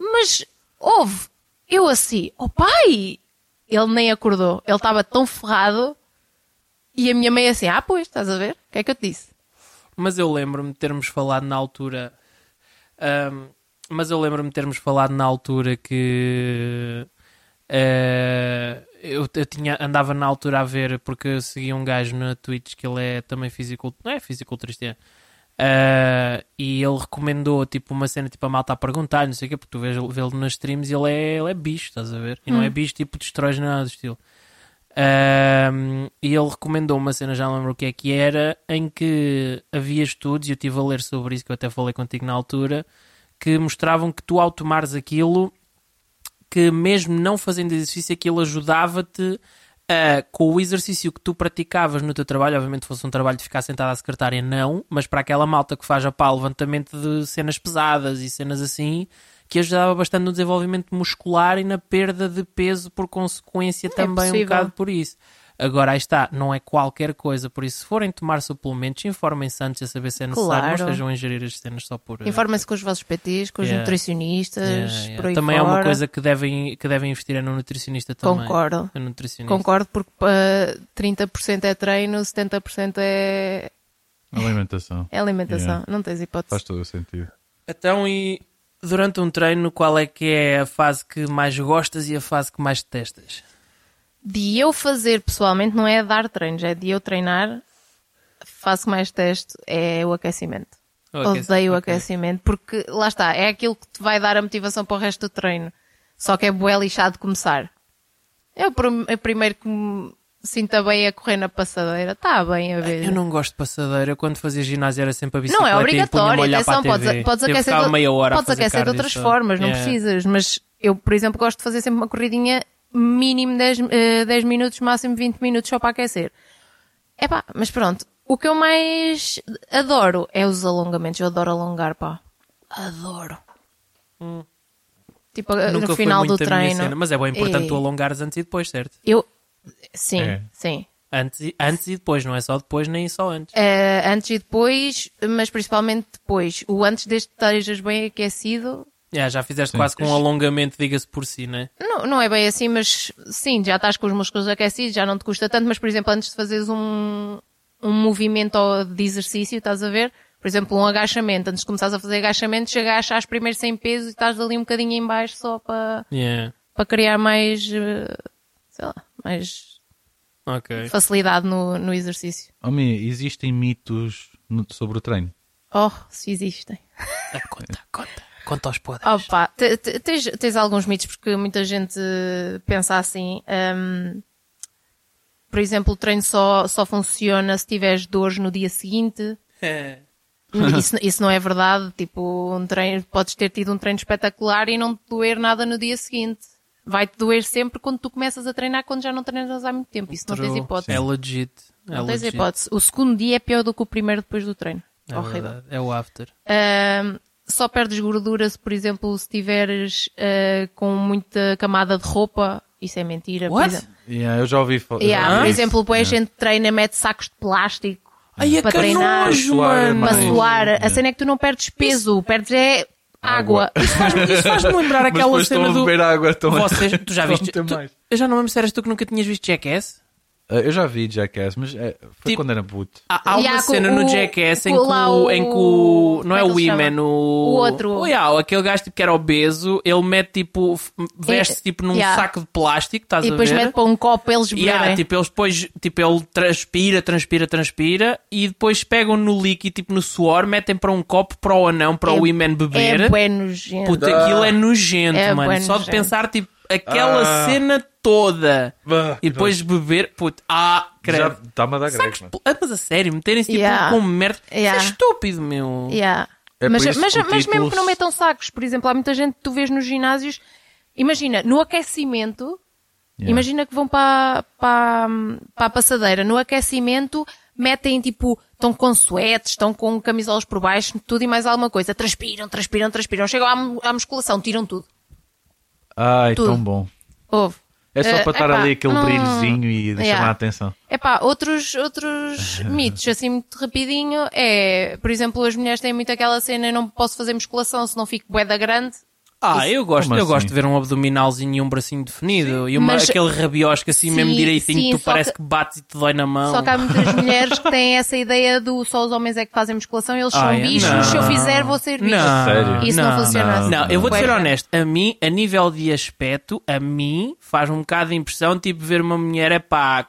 Mas houve, eu assim, oh pai! Ele nem acordou, ele estava tão ferrado e a minha mãe assim, ah, pois, estás a ver? O que é que eu te disse?
Mas eu lembro-me de termos falado na altura. ahm, mas eu lembro-me de termos falado na altura que. eh, eu, eu tinha, andava na altura a ver, porque eu segui um gajo na Twitch que ele é também fisiculturista. Não é fisiculturista, é. Ah, e ele recomendou tipo uma cena tipo a malta a perguntar, não sei o quê, porque tu vês vê-lo nas streams e ele é, ele é bicho, estás a ver? E não é bicho tipo destróis nada do estilo. Ahm, e ele recomendou uma cena, já não lembro o que é que era, em que havia estudos, e eu estive a ler sobre isso, que eu até falei contigo na altura, que mostravam que tu ao tomares aquilo, que mesmo não fazendo exercício, aquilo ajudava-te a, com o exercício que tu praticavas no teu trabalho, obviamente fosse um trabalho de ficar sentado à secretária, não, mas para aquela malta que faz a pá, levantamento de cenas pesadas e cenas assim, que ajudava bastante no desenvolvimento muscular e na perda de peso por consequência também um
possível.
bocado por isso. Agora, aí está, não é qualquer coisa, por isso, se forem tomar suplementos, informem-se antes a saber se é necessário,
Claro.
não estejam a ingerir as cenas só por...
Informem-se com os vossos PTs, com os
é. Yeah.
nutricionistas,
Yeah, yeah.
por aí
Também
fora.
é uma coisa que devem, que devem investir é no nutricionista também.
Concordo.
No nutricionista.
Concordo, porque ah, pá, 30% é treino, 70% é,
Alimentação.
é alimentação.
Yeah.
Não tens hipótese.
Faz todo o sentido.
Então, e durante um treino, qual é que é a fase que mais gostas e a fase que mais detestas?
De eu fazer pessoalmente não é dar treinos, é de eu treinar, faço mais teste, é o aquecimento.
O aquecimento,
Odeio o
ok.
aquecimento, porque lá está, é aquilo que te vai dar a motivação para o resto do treino. Só que é bué lixado começar. É o prim- é o primeiro que me sinta bem a correr na passadeira. Está bem a ver.
Eu não gosto de passadeira. Eu, quando fazia ginásio era sempre a bicicleta
Eh, Não é
e punha-me a
obrigatório,
olhar
atenção,
para a
podes,
TV.
podes
Tive que
aquecer,
ficar
de-
meia hora a
podes
fazer É.
aquecer de
cardio
outras
só.
formas, não
Yeah.
precisas, mas eu, por exemplo, gosto de fazer sempre uma corridinha mínimo 10, eh, 10 minutos, máximo 20 minutos só para aquecer. Epá, mas pronto, o que eu mais adoro é os alongamentos, eu adoro alongar, pá. Adoro. Tipo, eh,
Hum. Nunca
no
foi
final do
muito a minha
treino. Eh,
cena, mas é bem importante
Ei,
tu alongares antes e depois, certo?
Eu, sim,
É.
sim.
Antes e, antes e depois, não é só depois nem só antes.
Eh, antes e depois, mas principalmente depois. O antes desde que estejas bem aquecido,
Yeah, já fizeste quase com um alongamento, diga-se por si, né?
Não, não é bem assim, mas sim, já estás com os músculos aquecidos, já não te custa tanto, mas por exemplo, antes de fazeres um, um movimento ao- de exercício, estás a ver? Por exemplo, um agachamento. Antes de começares a fazer agachamento, chega a achar os primeiros 100 pesos e estás ali um bocadinho em baixo só para,
Yeah.
para criar mais, eh, sei lá, mais
Ok.
facilidade no, no exercício.
Oh,
Homem, existem mitos no- sobre o treino.
Oh, se existem.
Conta, conta. Conta aos podes.
Opa, te- te- tens, tens alguns mitos porque muita gente eh, pensa assim. hum, por exemplo, o treino só, só funciona se tiveres dores no dia seguinte.
É.
Isso, isso não é verdade. Tipo, um treino, podes ter tido um treino espetacular e não te doer nada no dia seguinte. Vai-te doer sempre quando tu começas a treinar, quando já não treinas há muito tempo. Isso não tens
True.
hipótese.
É legit. É
Não tens
legit.
hipótese. O segundo dia é pior do que o primeiro depois do treino.
É
Horrível.
verdade. É o after.
Ahm, só perdes gordura se, por exemplo, se tiveres ah, com muita camada de roupa. Isso é mentira. Por
What?
exemplo,
Yeah, eu já ouvi falar.
yeah, por
Ah?
exemplo boa gente treina, mete sacos de plástico
Ai, é
Para
que
treinar,
nojo,
suar,
mano.
para
Mas-
suar. A cena é que tu não perdes peso, perdes é água.
Isso faz-me isso faz-me lembrar
Mas
aquela
depois
cena
estão a
do...
beber água. Estão a-
Vocês, tu já
Estão a
viste...
meter
tu-
mais. Eh,
Eu já não me lembro se eras tu que nunca tinhas visto Jackass.
Ah, Eu já vi Jackass, mas é, foi
Tipo-
quando era puto.
Há, há
E
uma
há com
cena no
o-
Jackass em que,
com lá
o,
o-
em que o. Não
como
é
é que
o
ele se
Iman,
chama?
o.
O outro.
Oh, yeah, aquele gajo tipo, que era obeso, ele mete tipo. f- Veste
E-
tipo num
yeah.
saco de plástico, estás
E depois
a ver?
mete para um copo para eles
E
beberem.
há, tipo, eles depois, tipo, ele transpira, transpira, transpira e depois pegam no líquido, tipo, no suor, metem para um copo para o anão, para
É-
o Iman beber.
É bué nojento.
Puta, aquilo é nojento,
É
mano.
bué
Só de
nojento.
pensar, tipo, aquela
Ah.
cena toda
Bah,
e depois beber, puta, ah,
já
credo.
está-me a dar
Sacos
greves,
de
mano.
pl- ah, mas a sério, meterem-se tipo
Yeah.
com merda.
Yeah.
Isso é estúpido, meu.
Yeah.
É
mas
por isso
mas,
que o
mas mesmo
título-
que não metam sacos, por exemplo, há muita gente que tu vês nos ginásios. Imagina, no aquecimento, imagina que vão para, para, para a passadeira. No aquecimento, metem tipo, estão com suetes, estão com camisolas por baixo, tudo e mais alguma coisa. Transpiram, transpiram, transpiram. Chegam à, mu- à musculação, tiram tudo.
Ai,
Tudo.
tão bom.
Houve.
É só
Eh,
para estar
epá,
ali aquele
não-
brilhozinho e
Yeah.
chamar a atenção.
Epá, outros, outros mitos, assim, muito rapidinho, é, por exemplo, as mulheres têm muito aquela cena, eu não posso fazer musculação se não fico bué grande.
Ah, eu gosto,
Como
eu
assim?
gosto de ver um abdominalzinho e um bracinho definido e uma,
mas-
aquele rabiosco assim
Sim,
mesmo direitinho
sim,
que tu
só
parece que...
que-
bates e te dói na mão.
Só que há muitas mulheres que têm essa ideia do só os homens é que fazem musculação, eles
Ah,
são
é?
bichos,
Não.
se eu fizer vou ser bicho.
Não,
Sério?
Isso não, funciona assim.
Não, eu vou-te ser
Bué.
honesto. A mim, a nível de aspecto, a mim faz um bocado de impressão, tipo, ver uma mulher, é pá.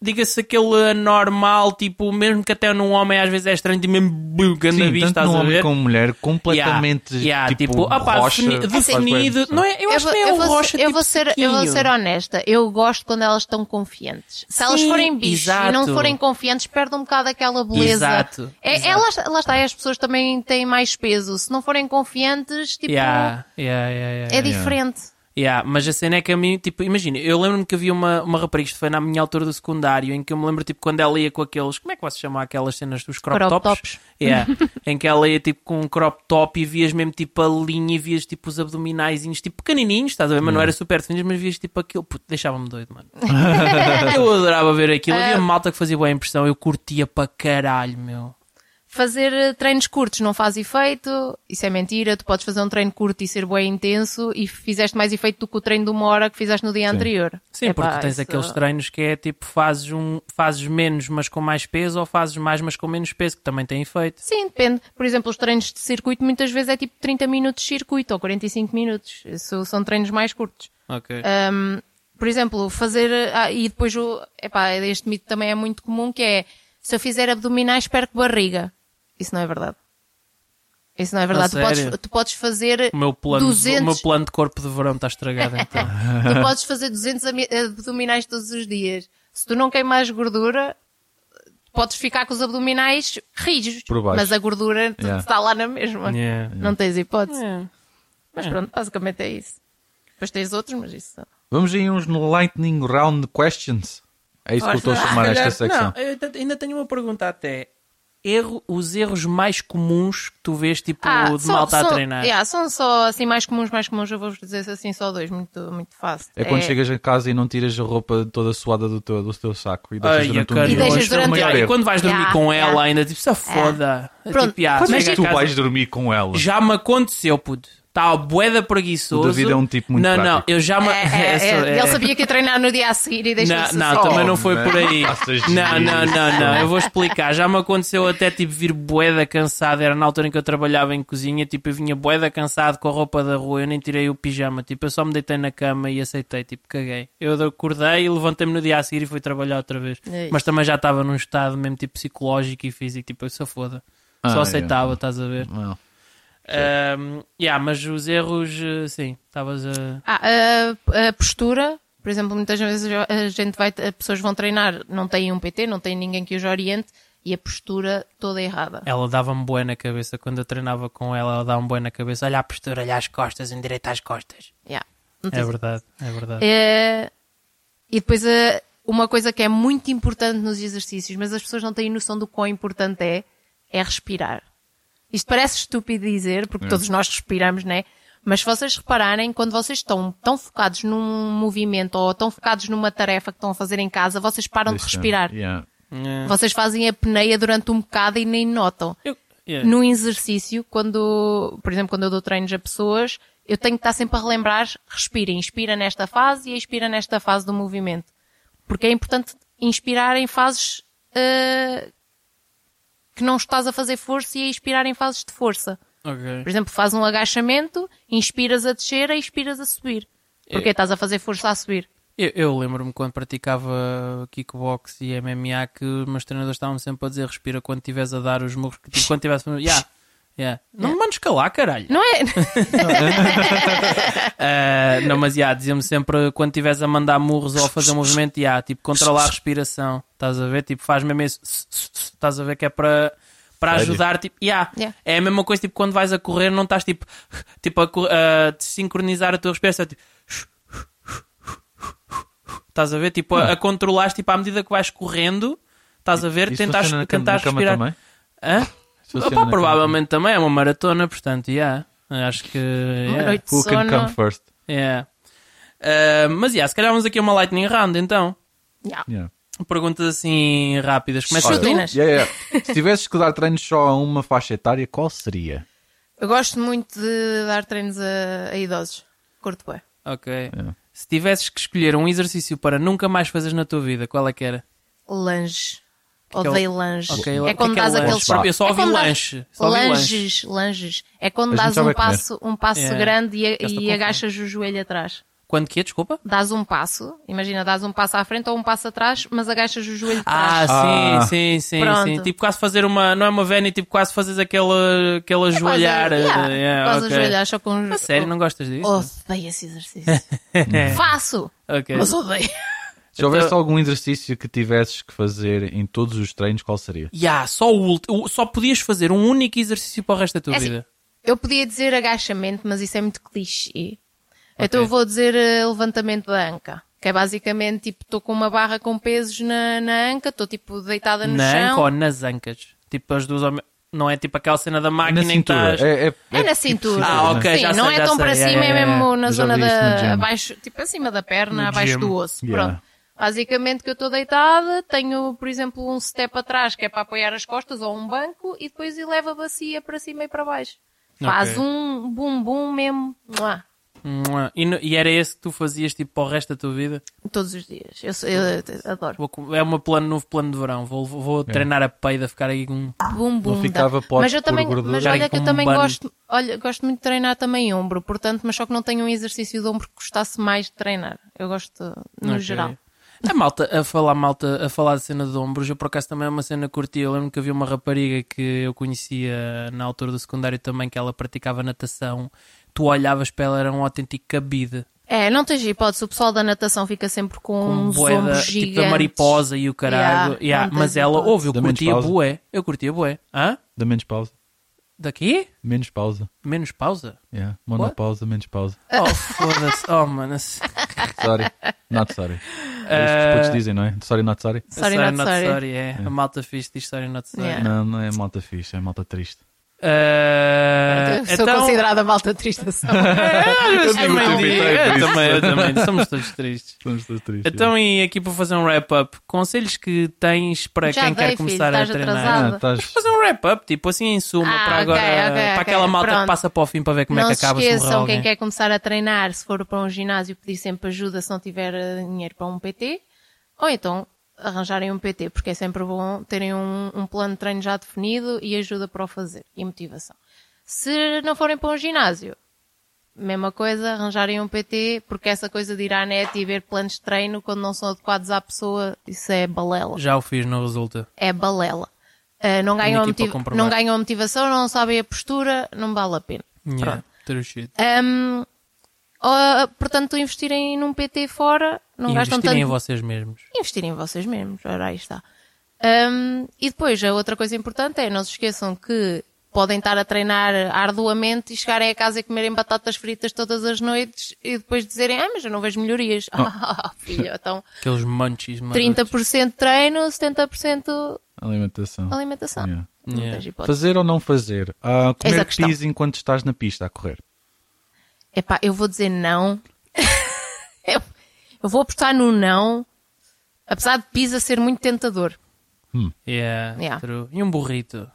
Diga-se aquele normal, tipo, mesmo que até num homem às vezes é estranho, de mesmo bu, ganda
Sim,
bicho,
tanto
estás
num
a
homem
ver?
como mulher,
Yeah,
completamente
yeah,
tipo,
ah pá,
rocha.
defini-
Faz bué
definido.
impressão.
Não é, eu,
Eu
acho
vou,
que é
eu
o
vou
rocha
ser, eu, vou
tipo
ser, eu vou
sequinho.
ser honesta, eu gosto quando elas estão confiantes. Se elas
Sim,
forem bichos e não
exato.
forem confiantes, perdem um bocado aquela beleza.
Exato,
É,
exato.
é, lá está- lá está, as pessoas também têm mais peso. Se não forem confiantes, tipo,
Yeah, yeah, yeah, yeah,
é
yeah.
diferente.
Yeah, mas a cena é que a mim, tipo, imagina, eu lembro-me que havia uma, uma rapariga, isto foi na minha altura do secundário, em que eu me lembro, tipo, quando ela ia com aqueles, como é que vocês chamam aquelas cenas dos crop,
Crop
tops?
tops.
Yeah, em que ela ia, tipo, com um crop top e vias mesmo, tipo, a linha e vias, tipo, os abdominaizinhos, tipo, pequenininhos, estás a ver? Mas não era super definidos, mas vias, tipo, aquilo, puto, deixava-me doido, mano. eu adorava ver aquilo, havia malta que fazia boa impressão, eu curtia para caralho, meu.
fazer eh, treinos curtos não faz efeito, isso é mentira, tu podes fazer um treino curto e ser bem intenso e fizeste mais efeito do que o treino de uma hora que fizeste no dia anterior.
Sim,
Epá,
porque tu tens
isso-
aqueles treinos que é tipo fazes, um, fazes menos, mas com mais peso, ou fazes mais, mas com menos peso, que também tem efeito.
Sim, depende. Por exemplo, os treinos de circuito muitas vezes é tipo 30 minutos de circuito ou 45 minutos. Isso são treinos mais curtos.
Ok.
Ahm, por exemplo, fazer. eh, ah, e depois o. Epá, este mito também é muito comum que é se eu fizer abdominais perco barriga. Isso não é verdade. Isso não é verdade. Tu podes,
sério?
tu podes fazer
o, meu plano,
200
o meu plano de corpo de verão está estragado então.
tu podes fazer 200 ami- abdominais todos os dias. Se tu não queimares gordura, podes ficar com os abdominais rijos.
Por baixo.
Mas a gordura tu-
Yeah.
está lá na mesma.
Yeah.
Não tens hipótese.
É.
Mas pronto, basicamente é isso. Depois tens outros, mas isso.
Vamos aí uns lightning round questions. É isso que eu estou a chamar esta secção.
Não, eu ainda- ainda tenho uma pergunta até. Erro, os erros mais comuns que tu vês tipo de
são-
malta a
são-
treinar.
Ah, yeah, são só assim mais comuns, mais comuns. Eu vou-vos dizer assim só dois, muito, muito fácil.
É quando
É-
chegas a casa e não tiras a roupa toda suada do teu, do teu saco e deixas
Ai,
durante um
caralho.
dia.
E deixas
Este é o
durante-
maior
Ah, e
erro.
quando vais dormir
Yeah,
com
yeah.
ela ainda, tipo, se foda. É
Pronto,
tipo, yeah,
quando
Como é
chega
que
a
tu
casa-
vais dormir com ela?
Já me aconteceu, puto. Tá Está boeda preguiçoso.
O David é um tipo muito
Não, não,
prático.
eu já... ma-
É, é,
Essa-
é,
é-
Ele sabia que ia treinar no dia a seguir e
Não,
deixou-se
não,
só.
também não foi
Oh,
man.
por aí.
Faças
Não, não,
isso.
não, não. Eu vou explicar. Já me aconteceu até tipo vir boeda cansado. Era na altura em que eu trabalhava em cozinha. Tipo, eu vinha boeda cansado com a roupa da rua. Eu nem tirei o pijama. Tipo, eu só me deitei na cama e aceitei. Tipo, caguei. Eu acordei e levantei-me no dia a seguir e fui trabalhar outra vez.
É isso.
Mas também já estava num estado mesmo tipo psicológico e físico. Tipo, eu só foda.
Ah,
Só
é.
aceitava, estás a ver?
Não.
Ahm, yeah, mas os erros, eh, sim, estavas a.
Ah, a, a postura, por exemplo, muitas vezes a gente vai, as pessoas vão treinar, não têm um PT, não têm ninguém que os oriente e a postura toda errada.
Ela dava-me bué na cabeça. Quando eu treinava com ela, ela dava-me bué na cabeça. Olha a postura, olha as costas, endireita as costas.
Yeah. Não
É
tens-
verdade, é verdade.
É, E depois eh, uma coisa que é muito importante nos exercícios, mas as pessoas não têm noção do quão importante é, é respirar. Isto parece estúpido dizer, porque todos nós respiramos, né? Mas se vocês repararem, quando vocês estão tão focados num movimento ou tão focados numa tarefa que estão a fazer em casa, vocês param de respirar.
Yeah.
Vocês fazem a peneia durante um bocado e nem notam.
Eu- yeah.
Num exercício, quando, por exemplo, quando eu dou treinos a pessoas, eu tenho que estar sempre a relembrar, respira, inspira nesta fase e expira nesta fase do movimento. Porque é importante inspirar em fases eh, que não estás a fazer força e expirar em fases de força.
Ok.
Por exemplo, faz um agachamento, inspiras a descer e expiras a subir. Porque estás a fazer força a subir.
Eu, eu lembro-me quando praticava kickbox e MMA que os meus treinadores estavam sempre a dizer respira quando estiveres a dar os murros que tipo, quando tivesse. Yeah, yeah. Não me mandes calar, caralho.
Não é?
Ah, não, mas yeah, diziam-me sempre quando estiveres a mandar murros ou a fazer um movimento, yeah, tipo, controla a respiração. Estás a ver? Tipo, faz mesmo isso. Estás a ver que é para. Para
Sério?
ajudar, tipo, yeah.
Yeah.
é a mesma coisa, tipo, quando vais a correr, não estás, tipo, tipo a, cor- a sincronizar a tua respiração, tipo, estás a ver, tipo, a, a controlares, tipo, à medida que vais correndo, estás a ver,
Isso
tentas,
funciona na cam-
tentas
na cama
respirar.
também?
Hã?
Isso
Opa,
funciona na
provavelmente também é uma maratona, portanto, yeah. acho que.
Uma
Yeah.
noite de
Who can come
sono.
first?
Yeah. É. Ah, mas yeah, se calhar vamos aqui a uma lightning round então.
Yeah.
Yeah.
Perguntas assim rápidas. Começas
Olha,
tu?
Disciplinas.
Yeah, yeah. Se tivesses que dar treinos só a uma faixa etária, qual seria?
Eu gosto muito de dar treinos a, a idosos. Curto bem.
Ok.
Yeah.
Se tivesses que escolher um exercício para nunca mais fazeres na tua vida, qual é que era?
Lanche.
que é o-
Odeio lanche.
Ok, o que
é quando
é que é
dás
lanche?
aqueles
Pá, eu só
é
ouvi
quando dás-
lanche. Só ouvi
Lanches, lanches. É quando
A gente
dás
já
um
vai comer.
passo, um passo
É.
grande e,
Já estou
e
com
agachas o joelho atrás.
Quando que é? Desculpa?
Dás um passo, imagina, dás um passo à frente ou um passo atrás, mas agachas o joelho de
Ah,
trás.
Ah.
sim, sim, sim,
Pronto.
sim. Tipo quase fazer uma. Não é uma vénia, tipo quase fazes aquele, aquele
É quase-
ajoelhar.
yeah,
eh, yeah,
quase
ok.
ajoelhar, só com... Oh,
A sério, não gostas disso?
Odeio esse exercício. Faço,
Ok.
mas odeio.
Se houvesse algum exercício que tivesses que fazer em todos os treinos, qual seria?
Yeah, só, o ulti- o- só podias fazer um único exercício para o resto da tua
É assim,
vida.
Eu podia dizer agachamento, mas isso é muito clichê. Então
Ok.
eu vou dizer eh, levantamento da anca. Que é basicamente tipo, estou com uma barra com pesos na, na anca, estou tipo deitada no
na anca
chão.
ou nas ancas? Tipo, as duas. ao me- Não é tipo aquela cena da máquina
na
em que
cintura.
estás.
É, é-
É
é
na
tipo
cintura.
Ah, ok,
Sim,
já
não
sei, já
é tão
sei.
para
Yeah,
cima,
yeah,
é mesmo
Eu
na
já
zona
vi isso no gym.
da. abaixo, tipo acima da perna, abaixo
gym.
do osso.
Yeah.
Pronto. Basicamente que eu estou deitada, tenho, por exemplo, um step atrás que é para apoiar as costas ou um banco e depois elevo a bacia para cima e para baixo. Faz
Ok.
um bum-bum mesmo. Mua.
Mua. E, no- e era esse que tu fazias tipo para o resto da tua vida?
Todos os dias. Eu, sou- eu- eu adoro.
Vou com- é um plano, novo plano de verão. Vou, vou-
É.
vou treinar a peida, ficar aqui com. um-
Bum, bum, dá.
ficava pote
mas eu
por
também,
gordura.
mas
Ficar
olha
aqui
que eu
com um
também
banho.
gosto, olha, gosto muito de treinar também ombro, portanto, mas só que não tenho um exercício de ombro que gostasse mais de treinar. Eu gosto no
Ok.
geral.
A malta, a falar malta, a falar de cena de ombros, eu por acaso também é uma cena que curti. Eu lembro que havia uma rapariga que eu conhecia na altura do secundário também, que ela praticava natação. Tu olhavas para ela, era um autêntico cabide.
É, não tens hipótese, o pessoal da natação fica sempre com,
com
uns
boeda,
ombros
tipo
gigantes.
da mariposa e o
Um
caralho.
Yeah,
Yeah,
não tens
mas ela,
hipótese.
ouve, eu
Da
curtia
menos pausa.
bué. Eu curtia bué. Hã?
Da menos pausa.
Daqui?
Menos pausa.
Menos pausa?
Yeah. Monopausa, menos pausa.
Oh, foda-se. Oh, mano. s-
Sorry. Not sorry. É isso que os putos dizem, não é? Sorry, not sorry.
Sorry, not sorry.
é. A malta fixe diz sorry, not sorry.
Yeah.
Não, não é malta fixe, é malta triste.
Ah,
Sou considerada malta tristação.
às vezes
Eu digo o
também
tempo
digo.
inteiro
Eu
isso.
também, eu também. Somos todos tristes.
Estamos todos tristes.
Então, e aqui para fazer um wrap-up, conselhos que tens para
Já
quem
dei,
quer começar
filho,
a
estás
treinar?
atrasado.
Ah, estás-
Fazer um wrap-up, tipo assim em suma,
Ah,
para
ok,
agora,
ok,
para
ok.
aquela malta
Pronto.
que passa para o fim para ver como
não
é que acaba
se
se morrer
esqueçam,
alguém.
quem quer começar a treinar, se for para um ginásio, pedir sempre ajuda se não tiver eh, dinheiro para um PT, ou então arranjarem um PT, porque é sempre bom terem um, um plano de treino já definido e ajuda para o fazer e motivação. Se não forem para um ginásio, mesma coisa, arranjarem um PT, porque essa coisa de ir à net e ver planos de treino quando não são adequados à pessoa, isso é balela
Já o fiz, não resulta.
é balela. Uh, não, ganham a
equipa
motiv-
a comprovar.
não ganham a motivação, não sabem a postura, não vale a pena.
Yeah,
Pronto.
true shit.
Um, uh, portanto, investirem num PT fora, não
E
gastam
investirem
tanto.
em vocês mesmos.
Investirem em vocês mesmos, ora aí está. Um, e depois, a outra coisa importante é, não se esqueçam que podem estar a treinar arduamente e chegarem a casa e comerem batatas fritas todas as noites e depois dizerem, ah, mas eu não vejo melhorias.
Oh.
Ah, filha, então
Aqueles munchies, mano.
30% treino, 70%
Alimentação.
alimentação.
Yeah.
Não
Yeah.
tens hipótese.
Fazer ou não fazer? Ah,
Eis a
comer
questão.
pizza enquanto estás na pista a correr.
Epá, eu vou dizer não. eu, eu vou apostar no não, apesar de Pisa ser muito tentador.
Yeah,
Yeah.
true. E um burrito.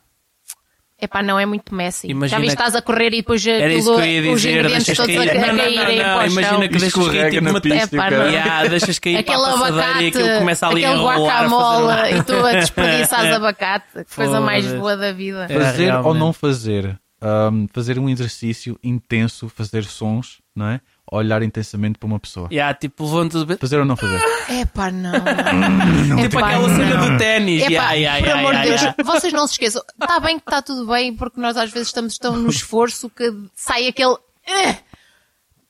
Epá, não é muito Messi.
Imagina
Já viste
que-
estás a correr e depois
Era
aquilo-
isso que eu ia
os
dizer,
ingredientes
deixas
todos a
cair. Não, não, não,
caírem
não,
para o
imagina
chão.
que deixas cair
Escorrega
tipo
na
uma
pista,
Epá,
cara.
não.
Yeah, deixas cair
Aquele
para a passadeira
abacate,
e aquilo começa ali
aquele
a rolar. a fazer um-
guacamole e tu a desperdiçares abacate, que coisa mais
Foda-se.
boa da vida.
É,
Fazer ou
realmente.
não fazer? Ahm, fazer um exercício intenso, fazer sons, não é? Olhar intensamente para uma pessoa.
Yeah, tipo, levanta
Fazer ou não fazer?
Epá, não. não.
É. Tipo aquela cena do ténis.
Epá,
Yeah, yeah,
por
yeah,
amor de
yeah,
Deus,
yeah.
vocês não se esqueçam. Está bem que está tudo bem, porque nós às vezes estamos tão no esforço que sai aquele. "Eh".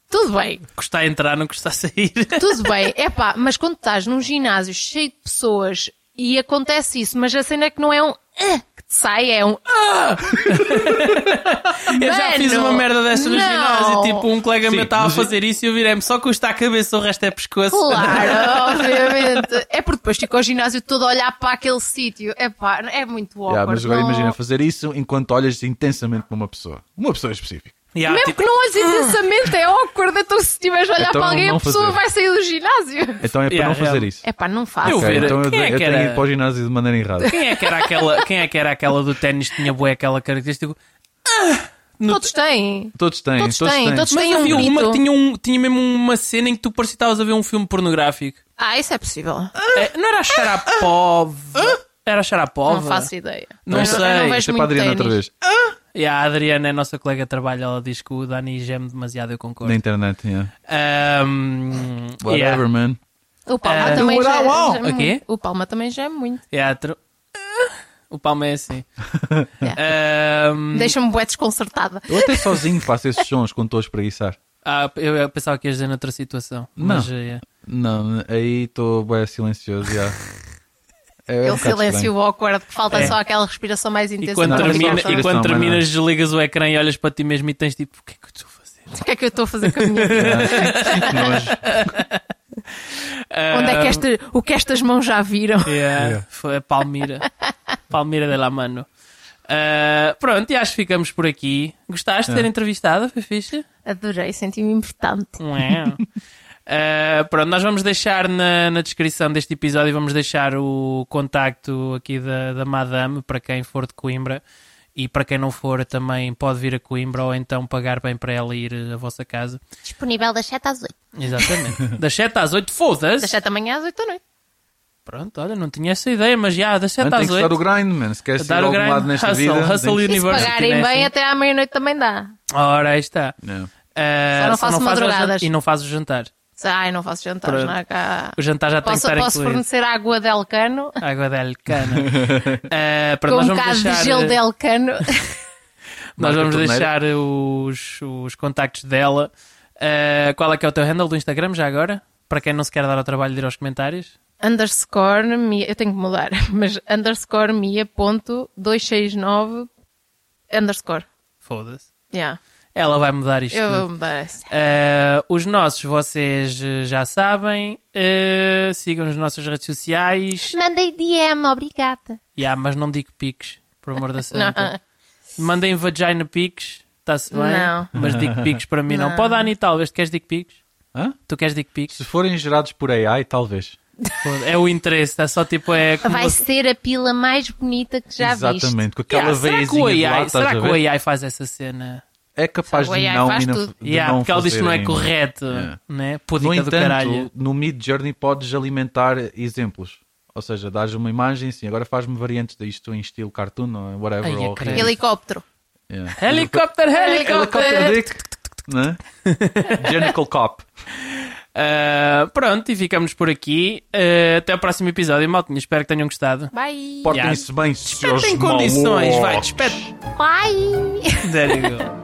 Tudo bem,
Custa a entrar, não custa a sair.
tudo bem. É pá, mas quando estás num ginásio cheio de pessoas e acontece isso, mas a cena é que não é um. "Eh" que te sai, é um.
Eu já fiz uma merda dessa no
Não.
ginásio. Tipo, um colega meu
Sim,
estava a
mas-
fazer isso e eu virei-me só custa a cabeça, o resto é pescoço.
Claro, obviamente. É porque depois fica o ginásio todo a olhar para aquele sítio. É pá, é muito óbvio.
Yeah, mas agora imagina fazer isso enquanto olhas intensamente para uma pessoa. Uma pessoa específica.
Yeah,
Mesmo
tipo,
que não olhes intensamente, é awkward. Então, se estiveres a olhar
Então
para alguém,
não
a pessoa
fazer.
vai sair do ginásio.
Então é para
Yeah,
não fazer
yeah.
isso.
É pá, não faço.
Eu
Ok,
ver,
então eu,
quem é
eu
que
tenho
era?
ido para o ginásio de maneira errada.
Quem é que era aquela, quem é que era aquela do ténis que tinha bué aquela característica? Ah! No-
Todos têm.
Todos têm,
Todos têm, todos
mas
têm um
havia uma
grito.
que tinha, um, tinha mesmo uma cena em que tu parecia que estavas a ver um filme pornográfico.
Ah, isso é possível.
É, não era a Sharapova? Era a Sharapova?
Não faço ideia.
Não
Eu
sei.
Eu não
Isto
vejo
é para a
muito
Adriana outra
ténis.
vez.
E a Adriana, a nossa colega de trabalho, ela diz que o Dani geme demasiado, eu
Na
concordo.
internet, yeah.
Ahm,
Whatever,
yeah.
man.
O Palma
Ah,
também já,
uau.
já é
O quê?
muito. O Palma também já é muito.
Yeah, tru- Ah, O palmo é assim.
Hum.
Ahm,
Deixa-me bué desconcertada.
Eu até sozinho faço esses sons quando estou a espreguiçar.
ah, eu eu pensava que ias dizer noutra situação.
Não.
Mas, yeah.
Não, aí estou bem silencioso, yeah. É um
Aquele
bocado
silêncio awkward que falta
É.
só aquela respiração mais intensa.
E quando,
da
não,
termina,
pessoa.
e
não,
quando
não,
terminas,
não.
desligas o ecrã e olhas para ti mesmo e tens tipo, o que é que eu estou a fazer?
O que é que eu estou a fazer com a minha vida?
estranho. Nojo.
Onde é que esta, o que estas mãos já viram?
Yeah, Foi a Palmira. Palmira de la Mano. Ah, pronto, e acho que ficamos por aqui. Gostaste de ter entrevistado? Foi fixe?
Adorei, senti-me importante.
Ué. Ah, pronto, nós vamos deixar na, na descrição deste episódio vamos deixar o contacto aqui da, da Madame para quem for de Coimbra e para quem não for também pode vir a Coimbra ou então pagar bem para ela ir eh, à vossa casa.
Disponível das 7 às 8.
Exatamente. das 7 às 8, foda-se.
Das 7 da manhã às 8 da noite.
Pronto, olha, não tinha essa ideia, mas já, das 7
Mano, tem
às
que estar o
8.
grind, mano. Se queres ir a
Dar o
algum
grind.
lado nesta
Hustle,
vida...
hustle
tem
E se
University,
pagarem
né,
bem,
sim.
até à meia-noite também dá.
Ora, aí está.
que- Não.
Ah,
Só não faço
faz o jan-
madrugadas.
E não faz o jantar.
Ai, não faço jantares,
Pronto.
não é cá.
O jantar já
Posso,
tem que estar
posso
incluído.
fornecer água de Elcano
Água de alcana. Ah, pronto,
com um
nós vamos
bocado
deixar, eh,
de gelo de Elcano.
nós
Marca
vamos
torneira.
deixar os, os contactos dela. Ah, qual é que é o teu handle do Instagram já agora? Para quem não se quer dar ao trabalho de ir aos comentários.
underscore Mia, eu tenho que mudar, mas underscore Mia ponto 269 underscore.
Foda-se.
Yeah.
Ela vai mudar isto.
Eu
tudo.
vou mudar essa.
Ah, os nossos vocês eh, já sabem. Ah, sigam nas nossas redes sociais.
Mandei DM, obrigada.
Yeah, mas não digo piques, por amor da
Não. ah,
santa. Mandem vagina pics, está-se bem.
Não.
Mas dick pics para mim não.
Não.
Pode, Ani, talvez. Tu queres dick pics?
Hã?
Tu queres dick pics?
Se forem gerados por AI, talvez.
É o interesse, é só tipo. É como-
Vai ser a pila mais bonita que já viste.
Exatamente, com aquela
Yeah, será que o
veiazinha de lá,
AI,
estás
será
a
que o
ver?
AI faz essa cena?
É capaz
Será que o
de
AI
não,
faz
e não,
tudo?
de
Yeah,
não
porque ela diz que não é
fazerem.
correto,
Yeah.
né?
No
Pudica do caralho.
entanto, no Mid Journey podes alimentar exemplos. Ou seja, dás uma imagem assim, agora faz-me variantes disto em estilo cartoon ou whatever.
Ai, é
ou
credo.
Helicóptero.
yeah.
Helicóptero,
Helicóptero
helicóptero!
dick, né? Genical Cop.
Ah, pronto, e ficamos por aqui. Ah, até o próximo episódio, maltinha. Espero que tenham gostado.
Bye.
Portem-se bem,
Pet
senhores
em condições, vai,
malucos.
despede.
Bye.
There you go.